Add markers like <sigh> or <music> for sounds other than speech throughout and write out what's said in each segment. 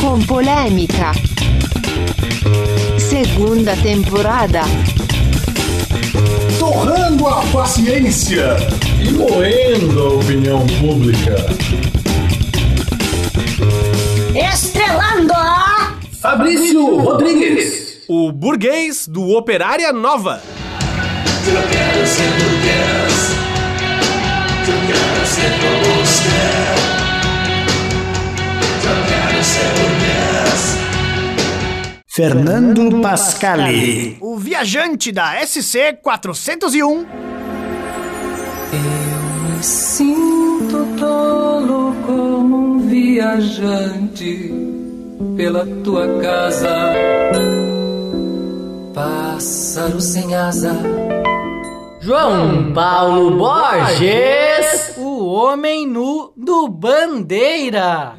com polêmica. Segunda temporada. torrando a paciência E moendo a opinião pública. Estrelando! Fabrício Rodrigues. O burguês do Operária Nova. Fernando Pascali. O viajante da SC-401 Sinto tolo como um viajante pela tua casa. Pássaro sem asa, João Paulo Borges, o homem nu do Bandeira.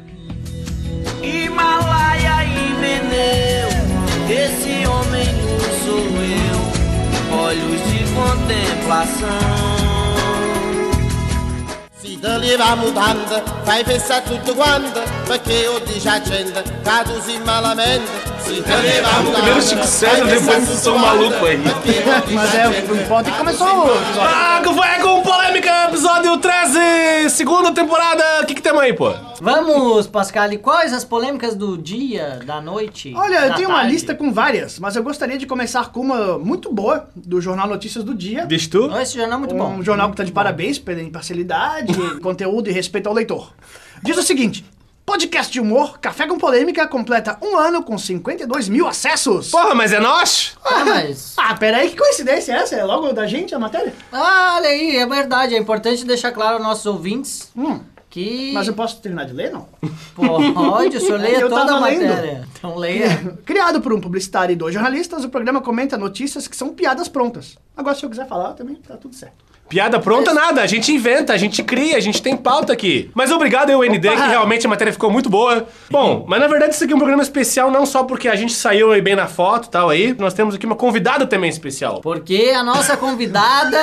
Himalaia e Meneu, esse homem nu sou eu, olhos de contemplação. Dali va mutando, fai pensare tutto quanto, perché io dice a gente, cadusi malamente. Si dali va mutando, É, primeiro Chico César, fai pensare depois tutto sou quanto, maluco aí. perché io dice Mas a é, gente, o ponto que começou o episódio. Pago vai com polêmica, episódio 13, segunda temporada. O que, que temos aí, pô? Vamos, Pascal, e quais as polêmicas do dia, da noite? Olha, eu da tenho uma tarde? lista com várias, mas eu gostaria de começar com uma muito boa do Jornal Notícias do Dia. Diz tu? Não, Esse jornal é muito bom. Um jornal que tá de parabéns pela <laughs> imparcialidade, conteúdo e respeito ao leitor. Diz o seguinte: podcast de humor, Café com Polêmica, completa um ano com 52 mil acessos. Porra, mas é nós? Ah, mas... Ah, peraí, que coincidência é essa? É logo da gente a matéria? Ah, olha aí, é verdade. É importante deixar claro aos nossos ouvintes Hum. que... Mas eu posso terminar de ler, não? Pode, o <laughs> senhor leia Eu toda tava a lendo. matéria. Então É. leia. Criado por um publicitário e dois jornalistas, o programa comenta notícias que são piadas prontas. Agora, se eu quiser falar, também tá tudo certo. Piada É. pronta, nada. A gente inventa, a gente cria, a gente tem pauta aqui. Mas obrigado ao ND, que realmente a matéria ficou muito boa. Bom, mas na verdade isso aqui é um programa especial, não só porque a gente saiu aí bem na foto e tal aí. Nós temos aqui uma convidada também especial. Porque a nossa <laughs> convidada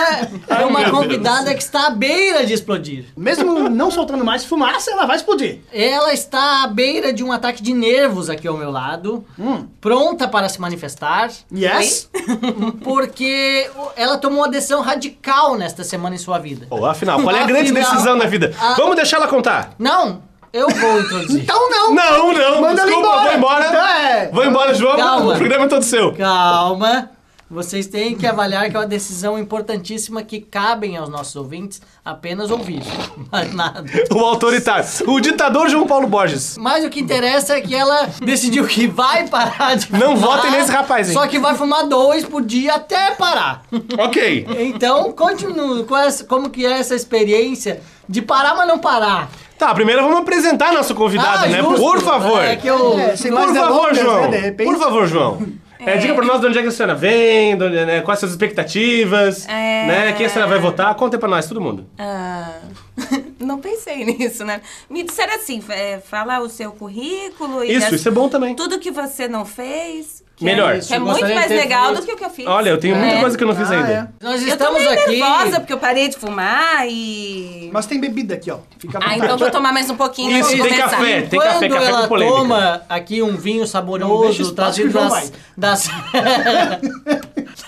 é uma meu Deus. convidada que está à beira de explodir. <laughs> Mesmo não soltando mais fumaça, ela vai explodir. Ela está à beira de um ataque de nervos aqui ao meu lado, Hum. pronta para se manifestar. Yes? <laughs> Porque ela tomou uma decisão radical nesta semana em sua vida. Pô, afinal, qual é a <laughs> grande Afinal, decisão da vida? Ah. a- Vamos deixar ela contar. Não, eu vou <laughs> introduzir. Tá. Então não! Não, não, Manda ela desculpa, embora. vou embora. Então é. Vou embora, João. Calma. O programa é todo seu. Calma. Vocês têm que avaliar que é uma decisão importantíssima que cabem aos nossos ouvintes apenas ouvir. <laughs> Mas nada. <laughs> O autoritário. O ditador João Paulo Borges. Mas o que interessa é que ela decidiu que vai parar de fumar. Não votem nesse rapaz, hein? Só que vai fumar dois por dia até parar. Ok. Então, continue com essa, como que é essa experiência de parar, mas não parar. Tá, primeiro vamos apresentar nosso convidado, Ah, né? justo. Por favor. É que eu... É, sem mais Por favor, delongas, João. né, de repente. Por favor, João. É, diga pra nós de onde é que a senhora vem, de onde- né, quais suas expectativas, É. né? Quem a senhora vai votar? Conta pra nós, todo mundo. Ah, <laughs> não pensei nisso, né? Me disseram assim, é, fala o seu currículo e Isso, as- isso é bom também. tudo que você não fez. que Melhor. É, Isso, que é muito gostaria de mais ter legal feito. do que o que eu fiz. Olha, eu tenho muita É. coisa que eu não fiz Ah, ainda. é. Nós Eu tô estamos meio aqui... nervosa porque eu parei de fumar e... Mas tem bebida aqui, ó. Fica à Ah, vontade. então eu vou tomar mais um pouquinho Isso, pra tem compensar. café. É, tem Quando café, café ela com polêmica. toma aqui um vinho Não deixa saboroso espaço trazido que o João das, das, <laughs>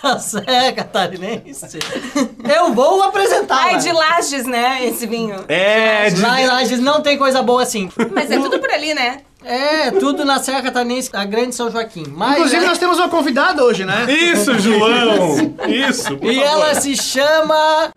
da Serra Catarinense, eu vou apresentar. Ai, de Lages, né, esse vinho. É, de- Lá em Lages não tem coisa boa assim. Mas é tudo por ali, né? É, tudo na Serra Catarinense, a Grande São Joaquim. Mas, né? Inclusive, nós temos uma convidada hoje, né? Isso, João! Isso, por E favor. ela se chama...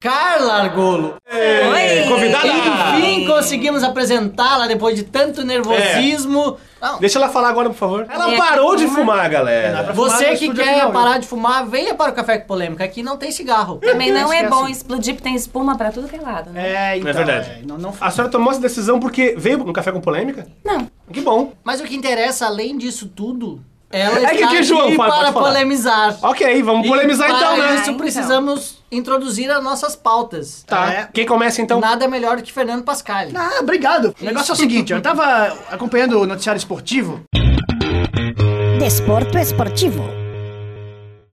Carla Argolo. É, Oi! Convidada! Enfim, conseguimos apresentá-la depois de tanto nervosismo. Não, Deixa ela falar agora, por favor. Ela É, parou de fuma. fumar, é galera. fumar Você no que estúdio quer aqui não, parar de fumar, venha para o Café com Polêmica. Aqui não tem cigarro. Também não é Esquece. bom explodir, porque tem espuma pra tudo que é lado, né? É, então. É verdade. é, não, não A senhora tomou essa decisão porque veio no café com polêmica? Não. Que bom. Mas o que interessa, além disso tudo, ela É que está aqui, aqui João, fala, para pode falar. polemizar. Ok, vamos polemizar E então, para né? Ah, isso então. precisamos introduzir as nossas pautas. Tá. É. Quem começa então? Nada melhor do que Fernando Pascal. Ah, obrigado. O negócio é o seguinte, eu tava acompanhando o noticiário esportivo Desporto esportivo.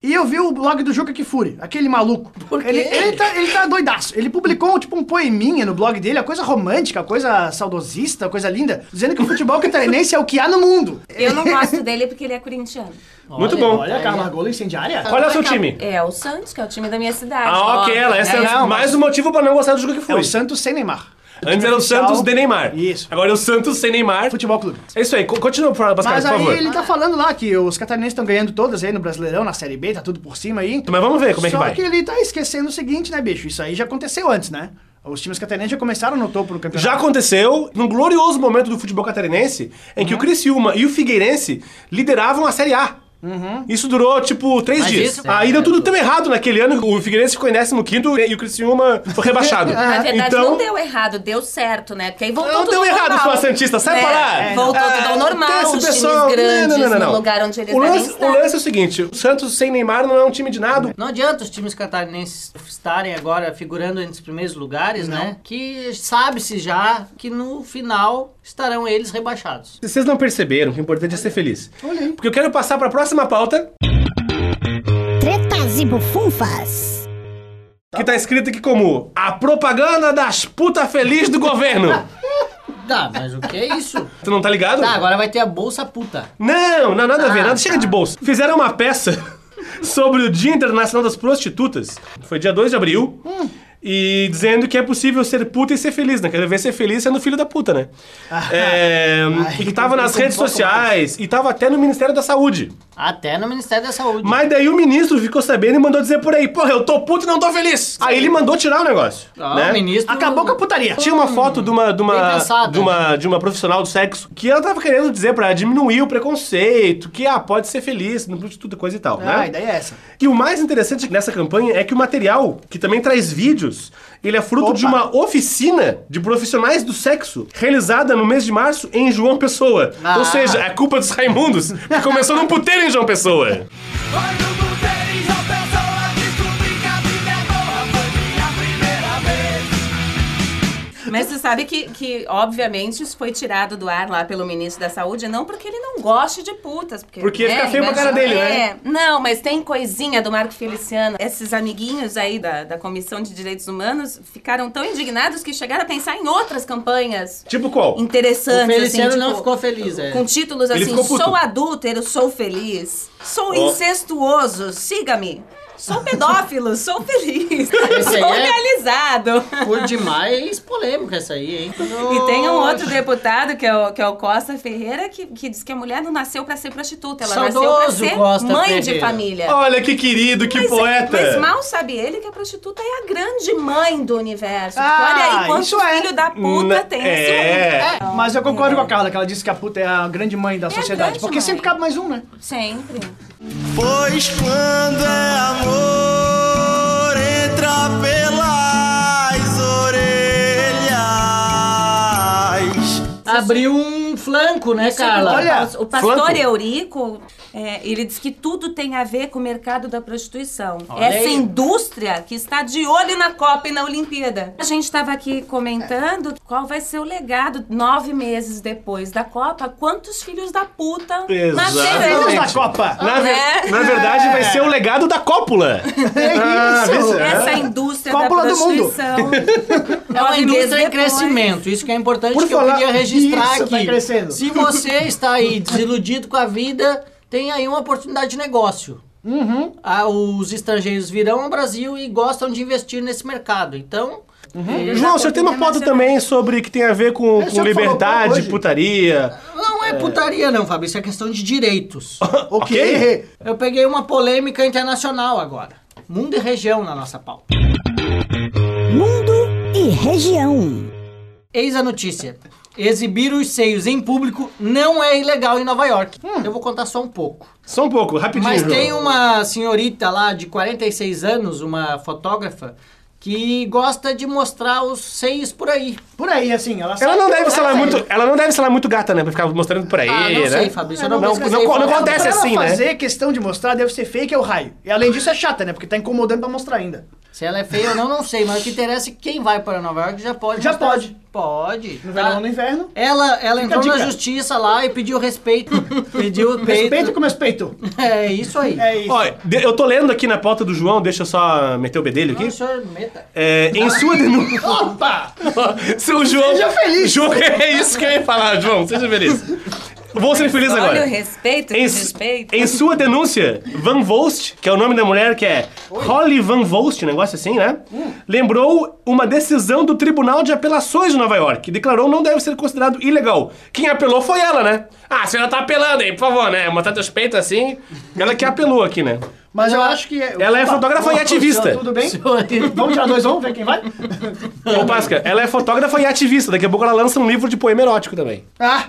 E eu vi o blog do Juca Kifuri, aquele maluco. Ele, ele, tá, ele tá doidaço. Ele publicou, tipo, um poeminha no blog dele, a coisa romântica, a coisa saudosista, a coisa linda, dizendo que o futebol catarinense é o que há no mundo. Eu não gosto dele porque ele é corintiano. Muito bom. Olha, a Carla Argola incendiária. Tanto que É o Santos, que é o time da minha cidade. Né? Ah, ok, ela. Essa é, mais um motivo pra não gostar do jogo que foi. É o Santos sem Neymar. Antes era o Santos de Neymar. Isso. Agora é o Santos sem Neymar. Futebol Clube. É isso aí. Co- Continua, Pascal, por Mas aí favor. ele tá falando lá que os catarinenses estão ganhando todas aí no Brasileirão, na Série B, tá tudo por cima aí. Mas vamos ver como é que Só vai. que ele tá esquecendo o seguinte, né, bicho? Isso aí já aconteceu antes, né? Os times catarinenses já começaram no topo do campeonato. Já aconteceu num glorioso momento do futebol catarinense em Uhum. que o Criciúma e o Figueirense lideravam a Série A. Uhum. Isso durou, tipo, três Mas dias. isso- é Aí deu tudo tão errado naquele ano. O Figueirense ficou em 15 e o Criciúma foi <laughs> rebaixado. Na verdade, então, não deu errado, deu certo, né? Porque aí voltou Não tudo deu errado, normal. sua Santista, sai pra lá. É, Voltou É, tudo ao normal, acontece, os times pessoal. Não, grandes não, não, não, não. no lugar onde eles o devem lance, estar. o lance é o seguinte: o Santos sem Neymar não é um time de nada. Não adianta os times catarinenses estarem agora figurando entre os primeiros lugares, né? Que sabe-se já que no final estarão eles rebaixados. Se vocês não perceberam, que o importante é ser feliz. Porque eu quero passar pra próxima pauta, Tretas e bufunfas. que tá escrito aqui como a propaganda das puta feliz do <laughs> governo. Tá, mas o que é isso? Tu não tá ligado? Tá, agora vai ter a Bolsa Puta. Não, não, nada a ver, Ah, nada. Chega de bolsa. Fizeram uma peça <laughs> sobre o Dia Internacional das Prostitutas. Foi dia 2 de abril. Hum. E dizendo que é possível ser puta e ser feliz, né? Quero ver ser feliz sendo filho da puta, <laughs> né? É, e que tava nas tem redes um pouco sociais e tava até no Ministério da Saúde. Até no Ministério da Saúde. Mas daí o ministro ficou sabendo e mandou dizer por aí: Porra, eu tô puto e não tô feliz. Aí ele mandou tirar o negócio. Ah, né? o ministro- Hum. Acabou com a putaria. Tinha uma foto de uma, de Bem uma, pensada. né? de uma, de uma profissional do sexo que ela tava querendo dizer pra diminuir o preconceito, que ah, pode ser feliz, não prostituta, coisa e tal. né? Ah, a ideia é essa. E o mais interessante nessa campanha é que o material, que também traz vídeos, ele é fruto de uma oficina de profissionais do sexo realizada no mês de março em João Pessoa. Ah. Ou seja, é culpa dos Raimundos, que começou num puteiro em João Pessoa. Mas você sabe que, que, obviamente, isso foi tirado do ar lá pelo ministro da Saúde, não porque ele não goste de putas. Porque, Porque fica né, feio pra imagina- cara dele, é. né? Não, mas tem coisinha do Marco Feliciano. Esses amiguinhos aí da, da Comissão de Direitos Humanos ficaram tão indignados que chegaram a pensar em outras campanhas Tipo qual? O interessantes. Feliciano assim, tipo, não ficou feliz, é. Com títulos Ele assim, ficou puto. sou adúltero, sou feliz, sou Ó. incestuoso, siga-me, sou pedófilo, sou feliz, <laughs> Esse aí sou é- realizado. Por demais polêmica essa aí, hein? E tem um outro deputado, que é o, que é o Costa Ferreira, que, que diz que a mulher não nasceu pra ser prostituta, ela Saudoso nasceu pra ser Costa mãe de Ferreira. família. Olha que querido, que é Mas- poeta. Mas mal sabe ele que a prostituta é a grande mãe do universo. Ah, Porque olha aí quantos isso é. filho da puta tem nesse mundo. É, Mas eu concordo com a Carla, que ela disse que a puta é a grande mãe da sociedade. Porque sempre cabe mais um, né? Sempre. Pois quando é amor, entra pelas orelhas. Abriu um flanco, né, Carla? o pastor Eurico, é, ele diz que tudo tem a ver com o mercado da prostituição. Olha Essa aí. indústria que está de olho na Copa e na Olimpíada. A gente estava aqui comentando qual vai ser o legado nove meses depois da Copa. Quantos filhos da puta É, nasceram? Exatamente. Ah, <laughs> Na, ver- É. na verdade, vai ser o legado da cópula. É Ah, vê se- Essa ah. indústria Cópula da É. do mundo. prostituição. <laughs> É uma Nove meses indústria em depois. crescimento, isso que é importante Por que falar- eu queria registrar Isso, tá aqui. crescendo. <laughs> Se você está aí desiludido com a vida, tem aí uma oportunidade de negócio. Uhum. Ah, os estrangeiros virão ao Brasil e gostam de investir nesse mercado. Então, Uhum. João, você tem uma pauta também sobre que tem a ver com, com senhor falou pouco liberdade, hoje. putaria. Não é putaria, não, Fabrício. Isso é questão <laughs> de direitos. Ah, o quê? Eu peguei uma polêmica internacional agora. Mundo e região na nossa pauta. Mundo e região. Eis a notícia. Exibir os seios em público não é ilegal em Nova York. Hum. Eu vou contar só um pouco. Só um pouco, rapidinho. Mas João. tem uma senhorita lá de 46 anos, uma fotógrafa, que gosta de mostrar os seios por aí. Por aí, assim, ela Ela não deve ser lá Ela- muito, ela não deve ser lá muito gata, né, pra ficar mostrando por aí, Ah, não né? sei, Fabrício, eu não não, pesquisei, não- não Fabrício. acontece pra ela assim, né? fazer questão de mostrar, deve ser fake é o raio. E além disso é chata, né? Porque tá incomodando pra mostrar ainda. Se ela é feia ou não, não sei, mas o que interessa é que quem vai para Nova York já pode. Já mostrar- pode. Pode. No tá? verão ou no inverno. Ela, ela Fica a entrou na dica. justiça lá e <laughs> pediu respeito. pediu peito. Respeito com meus peitos. <laughs> É isso aí. É isso. Olha, de- eu tô lendo aqui na pauta do João, deixa eu só meter o bedelho Não, aqui. senhor, meta. É, em sua denúncia. Opa! Seu João. Seja feliz. João, é isso que eu ia falar, João. Seja feliz. Vou ser feliz Olha o agora. respeito, o Em, su- desrespeito. em sua denúncia, Van Vost, que é o nome da mulher que é Holly Van Vost, um negócio assim, né? Hum. Lembrou uma decisão do Tribunal de Apelações de Nova York, que declarou não deve ser considerado ilegal. Quem apelou foi ela, né? Ah, a senhora tá apelando aí, por favor, né? Matar teus peitos assim. Ela que apelou aqui, né? Mas eu acho que. Ela é fotógrafa e ativista. Tudo bem? Senhor- Vamos tirar dois, vamos ver quem vai? Ô, Pasca, ela é fotógrafa e ativista. Daqui a pouco ela lança um livro de poema erótico também. Ah!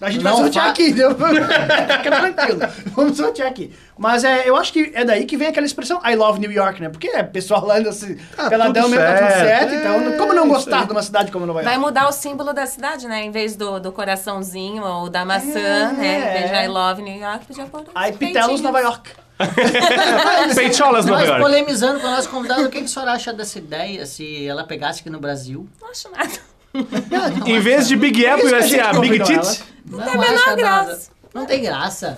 A gente Não vai sortear fa- aqui, deu? <laughs> Fica tranquilo. Vamos sortear aqui. Mas é, eu acho que é daí que vem aquela expressão I love New York, né? Porque é pessoal lá assim, peladão tudo mesmo, tá tudo certo. certo. Então, como não gostar de uma cidade como Nova Vai York? mudar o símbolo da cidade, né? Em vez do, do coraçãozinho ou da maçã, É. né? Em vez de I love New York, podia pôr uns Aí Pitelos, peitinhos. Nova York. <laughs> Peitolas Nova Mas York. polemizando com a nossa convidada, o que, que a senhora acha dessa ideia se ela pegasse aqui no Brasil? Não acho nada. Ah, Em vez de Big Por Apple, isso que ia a ser gente a Big convidou ela. Tit. Não, tem É a menor acha nada. graça. Não tem graça.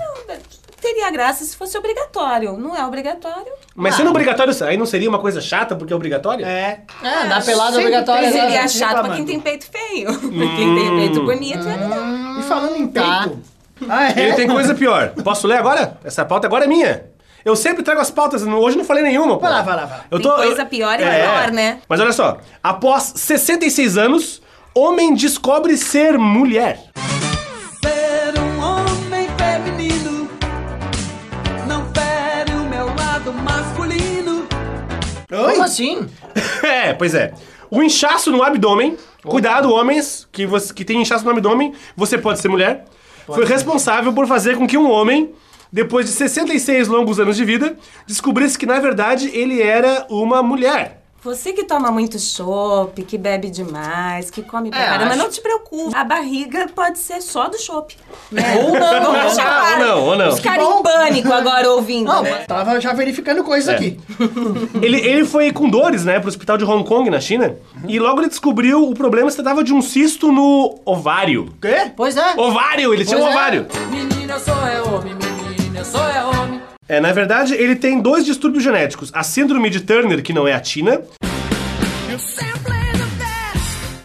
Teria graça se fosse obrigatório. Não é obrigatório. Mas sendo obrigatório, aí não seria uma coisa chata porque é obrigatório? É. É, dá pelada sempre obrigatória. tem né? gente Seria é chato pra quem reclamando. tem peito feio. <laughs> Pra quem tem Hum. peito bonito, é legal. E falando em peito. Tá. Ah, é? Ele tem coisa pior. Posso ler agora? Essa pauta agora é minha. Eu sempre trago as pautas, hoje não falei nenhuma. pô. Vai lá, vai lá, vai lá. Eu É. Tem coisa pior e maior, né? Mas olha só, após 66 anos, homem descobre ser mulher. Ser um homem feminino não fere o meu lado masculino. Como assim? <laughs> É, pois é. O inchaço no abdômen, cuidado homens que, você, que tem inchaço no abdômen, você pode ser mulher, foi responsável por fazer com que um homem, depois de 66 longos anos de vida, descobrisse que na verdade ele era uma <laughs> mulher. Você que toma muito chopp, que bebe demais, que come pra É, caramba, acho- não te preocupe. A barriga pode ser só do chopp. né? Ou não, ou Vamos não, chamar. ou não, ou não. Os caras em pânico agora ouvindo. Não, né? é? Tava já verificando coisas É. aqui. Ele, ele foi com dores, né, pro hospital de Hong Kong, na China, e logo ele descobriu o problema se tratava de um cisto no ovário. O quê? Pois é. Ovário, ele tinha um Pois é. ovário. Menina, eu sou é homem, menina, eu sou é homem. É, na verdade, ele tem dois distúrbios genéticos. A síndrome de Turner, que não é a Tina.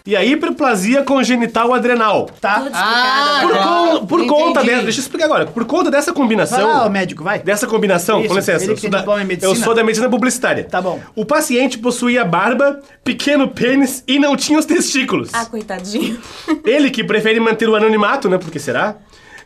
E a hiperplasia congenital adrenal. Tá. Ah, Por, agora con- por entendi. conta dessa... Deixa eu explicar agora. Por conta dessa Vai combinação... lá, o médico, vai. Dessa combinação, Isso, com licença, ele eu que sou, tem da, diploma em medicina. eu sou da medicina publicitária. Tá bom. O paciente possuía barba, pequeno pênis e não tinha os testículos. Ah, coitadinho. Ele, que prefere manter o anonimato, né? Porque será?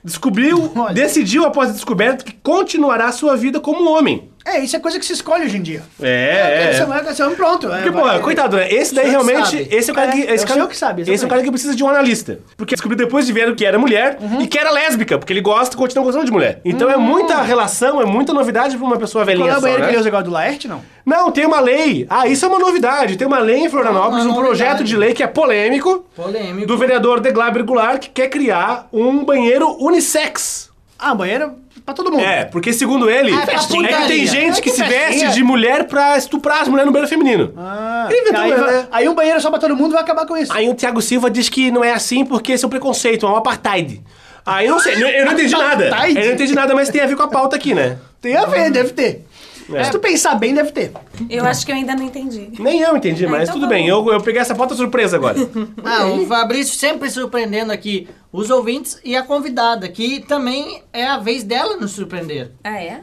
Descobriu, <laughs> Olha. decidiu após a descoberta que continuará sua vida como um homem. É, isso é coisa que se escolhe hoje em dia. É, Essa mulher, essa mulher, pronto. é, Porque, pô, vai- coitado, né? Esse daí que realmente. sabe. Esse é o cara É, que. é Esse o cara, senhor que sabe, Esse é o cara que precisa de um analista. Porque descobriu depois de ver que era mulher Uhum. e que era lésbica, porque ele gosta e continua gostando de mulher. Então é muita relação, é muita novidade pra uma pessoa Qual velhinha é o só, banheiro né? que ele usa igual ao do Laerte, não? Não, tem uma lei. Ah, isso é uma novidade. Tem uma lei em Florianópolis, Uma um projeto novidade. de lei que é polêmico. Polêmico. Do vereador de Glaber Goulart, que quer criar um banheiro unissex. Ah, banheiro pra todo mundo. É, porque segundo ele, Ah, é que putaria. tem gente É que que se veste festinha. de mulher pra estuprar as mulheres no banheiro feminino. Ah, Ele inventou aí, uma- vai- aí um banheiro só pra todo mundo vai acabar com isso. Aí o Thiago Silva diz que não é assim porque esse é um preconceito, é um apartheid. Aí eu não sei, eu não entendi nada. Apartheid? Eu não entendi nada, mas tem a ver com a pauta aqui, né? Tem a ver, deve ter. É. Se tu pensar bem, deve ter. Eu acho que eu ainda não entendi. Nem eu entendi, Ah, mas então tudo tá bem. bom. Eu, eu peguei essa pauta surpresa agora. Ah, o Fabrício sempre surpreendendo aqui os ouvintes e a convidada, que também é a vez dela nos surpreender. Ah, é?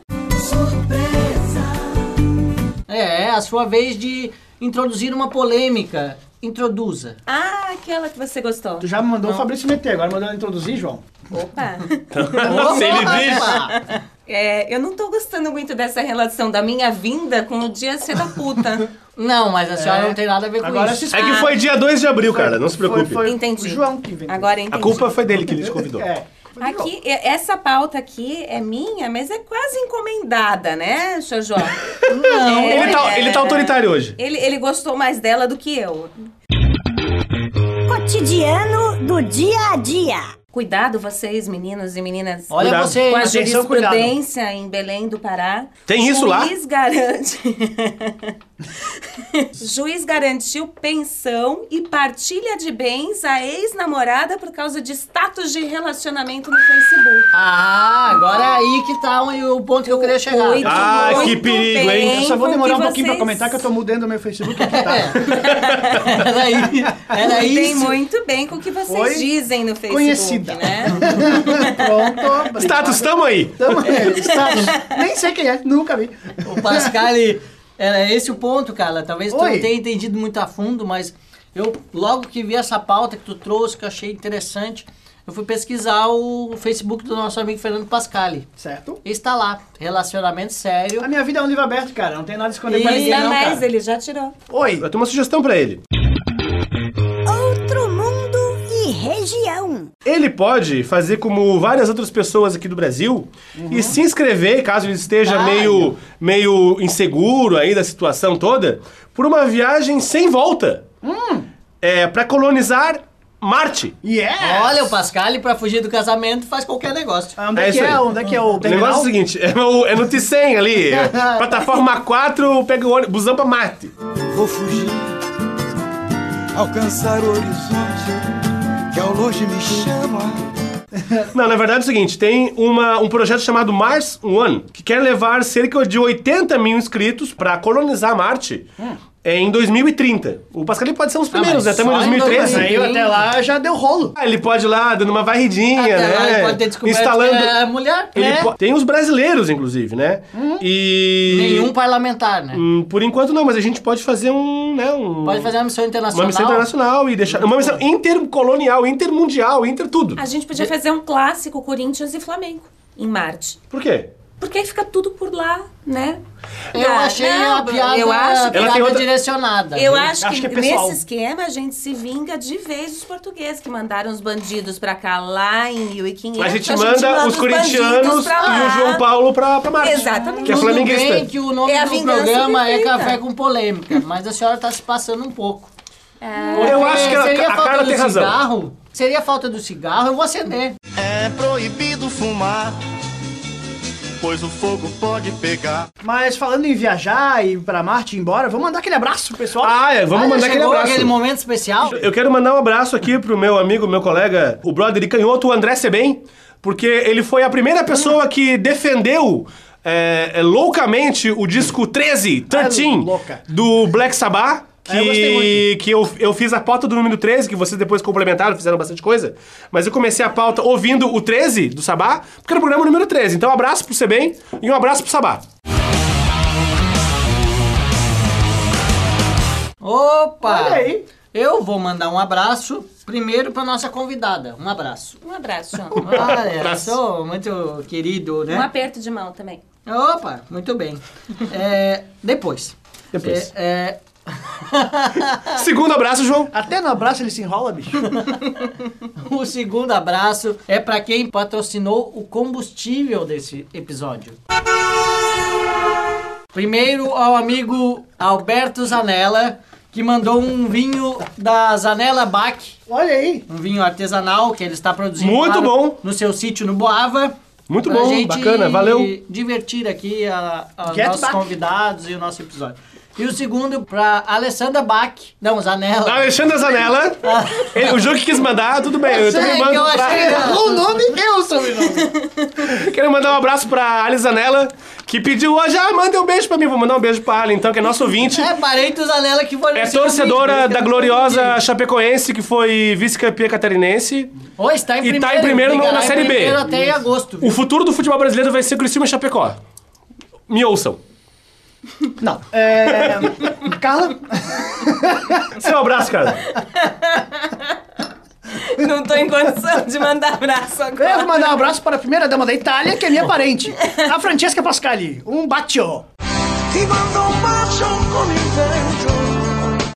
É, é a sua vez de introduzir uma polêmica. Introduza. Ah, aquela que você gostou. Tu já mandou o Fabrício meter, agora mandou ele introduzir, João. Opa. Se ele diz. Opa! <laughs> É, eu não tô gostando muito dessa relação da minha vinda com o dia ser da puta. Não, mas a senhora Então não tem nada a ver com Agora isso. se É que foi dia 2 de abril, cara, não se preocupe. Foi Entendi. o João que inventou. Agora entendi. A culpa foi dele que ele te convidou. É. Aqui, e- essa pauta aqui é minha, mas é quase encomendada, né, <laughs> Jojo? Não. Ele tá, ele tá autoritário hoje. É. Ele, ele gostou mais dela do que eu. Cotidiano do dia a dia. Cuidado vocês, meninos e meninas. Olha Cuidado. você, Com a atenção, jurisprudência em Belém do Pará. Tem isso lá? Juiz garante. <laughs> Juiz garantiu pensão e partilha de bens à ex-namorada por causa de status de relacionamento no Facebook. Ah, agora é aí que tá o o ponto que eu queria chegar. Muito, Ah, que muito perigo, bem, hein? Eu só vou demorar um porque pouquinho pra vocês- comentar que eu tô mudando meu Facebook aqui, tá? <laughs> era aí, era Tem isso. muito bem com o que vocês Foi dizem no Facebook, <laughs> conhecida. <laughs> né? Pronto. Status, tamo aí. <laughs> Tamo aí, status. Nem sei quem é, nunca vi. O Pascal, era esse o ponto, cara. Talvez tu Oi. não tenha entendido muito a fundo, mas eu, logo que vi essa pauta que tu trouxe, que eu achei interessante, eu fui pesquisar o Facebook do nosso amigo Fernando Pascal. Certo. Está lá, relacionamento sério. A minha vida é um livro aberto, cara. Não tem nada a esconder pra E ninguém, ainda não, mais, cara. ele já tirou. Oi. Eu tenho uma sugestão pra ele. Outro mundo e região. Ele pode fazer como várias outras pessoas aqui do Brasil Uhum. e se inscrever, caso ele esteja Claro. meio, meio inseguro aí da situação toda, por uma viagem sem volta. Hum. É, para colonizar Marte. Yeah! Olha, o Pascal, pra fugir do casamento, faz qualquer negócio. Ah, Onde é, que isso aí. é? Onde é que é o O negócio é o terminal? seguinte, é, no, é no Ticem <laughs> ali, é, plataforma 4, pega o ônibus, busão pra Marte. Vou fugir, alcançar o horizonte que ao longe me chama. Não, na verdade é o seguinte, tem uma, um projeto chamado Mars One, que quer levar cerca de 80 mil inscritos pra colonizar Marte em 2030. O Pascal pode ser um dos primeiros, Hum. Ah, mas né? Estamos em só em 2013. 2030. Saiu até lá, já deu rolo. né? Ah, Ele pode ir lá dando uma varridinha, Até né? lá ele pode ter descoberto Instalando... que é mulher, Ele né? Uhum. po- Tem os brasileiros, inclusive, né? E... Nenhum parlamentar, né? Hum, Por enquanto não, mas a gente pode fazer um, né, um... Pode fazer uma missão Uma internacional. missão internacional e deixar. Uma missão intercolonial, intermundial, inter tudo. A gente podia fazer um clássico Corinthians e Flamengo em Marte. Por quê? Porque aí fica tudo por lá, né? Eu Ah, achei não, a piada, eu acho que- piada tem outra- Tá direcionada. Eu viu? acho, acho que, que é pessoal. nesse esquema a gente se vinga de vez dos portugueses que mandaram os bandidos pra cá lá em 1500. a gente manda os tá bandidos corintianos pra lá. e o João Paulo pra, pra Marte. Exatamente. Que é Tudo flamenguista. bem que o nome É a do vingança programa é perfeita. Café com Polêmica, mas a senhora tá se passando um pouco. Eu Porque acho que seria a, a falta cara do tem razão. cigarro, Seria falta do cigarro, eu vou acender. É proibido fumar, pois o fogo pode pegar. Mas falando em viajar e ir pra Marte e ir embora, vamos mandar aquele abraço pro pessoal. Ah, é, vamos Olha, mandar aquele chegou abraço. aquele momento especial. Eu quero mandar um abraço aqui pro meu amigo, meu colega, o brother e canhoto, o André Sebem, porque ele foi a primeira pessoa que defendeu é, é, loucamente o disco 13, 13, É louca. do Black Sabbath. Que, Ah, eu gostei muito. que eu, eu fiz a pauta do número 13, que vocês depois complementaram, fizeram bastante coisa. Mas eu comecei a pauta ouvindo o 13 do Sabá, porque era o programa número 13. Então, um abraço pro Sebem e um abraço pro Sabá. Opa! Olha aí. Eu vou mandar um abraço primeiro pra nossa convidada. <laughs> Um abraço. Um abraço, João. Olha, sou muito querido, Um né? aperto de mão também. <laughs> Opa, muito <laughs> bem. É, depois. Depois. É, é, Ah. Segundo abraço, João. Até no abraço ele se enrola, bicho. <laughs> o segundo abraço é pra quem patrocinou o combustível desse episódio. Primeiro ao amigo Alberto Zanella, que mandou um vinho da Zanella Bach, Olha aí. um vinho artesanal que ele está produzindo Muito lá no- bom. no seu sítio no Boava. Muito pra bom, gente bacana, valeu. divertir aqui a, a Get nossos back. convidados e o nosso episódio. E o segundo pra Alessandra Bach, não, Zanella. Alexandre Zanella. Ele- o jogo que quis mandar, tudo bem. Eu também Sei que mando eu pra- achei né? errado. O nome e o sobrenome. Quero mandar um abraço pra Ali Zanella, que pediu hoje, ah, manda um beijo pra mim. Vou mandar um beijo pra Ali, então, que é nosso ouvinte. É parente do Zanella que foi É nesse convite, torcedora né? da gloriosa Chapecoense, que foi vice-campeã catarinense. Ô, está em E primeiro. tá em primeiro fica na- lá na em Série B. primeiro até em agosto. O futuro do futebol brasileiro vai ser Criciúma e Chapecó. Me ouçam. Não. É... Carla, Seu abraço, cara. Não tô em condição de mandar abraço eu vou agora. mandar um abraço para a primeira dama da Itália, que é minha parente. A Francesca Pascali. Um bacio.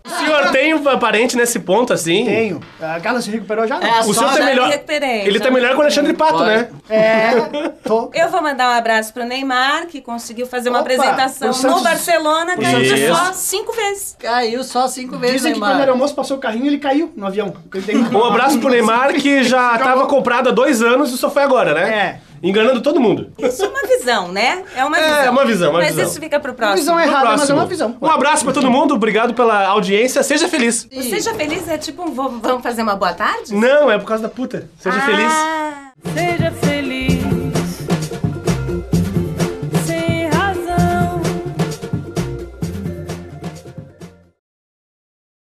O senhor tem um parente nesse ponto, assim? Tenho. A Carla se recuperou já? né? É Não. É, O senhor Só tá já melhor. me recuperei, Ele já tá me melhor que o Alexandre Pato, né? É, <laughs> tô. Eu vou mandar um abraço pro Neymar, que conseguiu fazer uma Opa, apresentação um o Santos- no Barcelona, ganhando Santos- só cinco vezes. Caiu só cinco vezes, Dizem que Neymar. quando era moço passou o carrinho e ele caiu no avião. Ele tem- Um abraço pro Neymar, que já tava comprado há dois anos e só foi agora, né? É. enganando todo mundo. Isso é uma visão, né? É uma É, visão. é uma visão, é uma mas visão. isso fica pro próximo. visão Pro errada, mas é próximo. uma visão. Um abraço pra todo mundo, obrigado pela audiência. Seja feliz. O Seja feliz é tipo um vo- vamos fazer uma boa tarde? Ah, Não, é por causa da puta. Seja feliz. Seja feliz.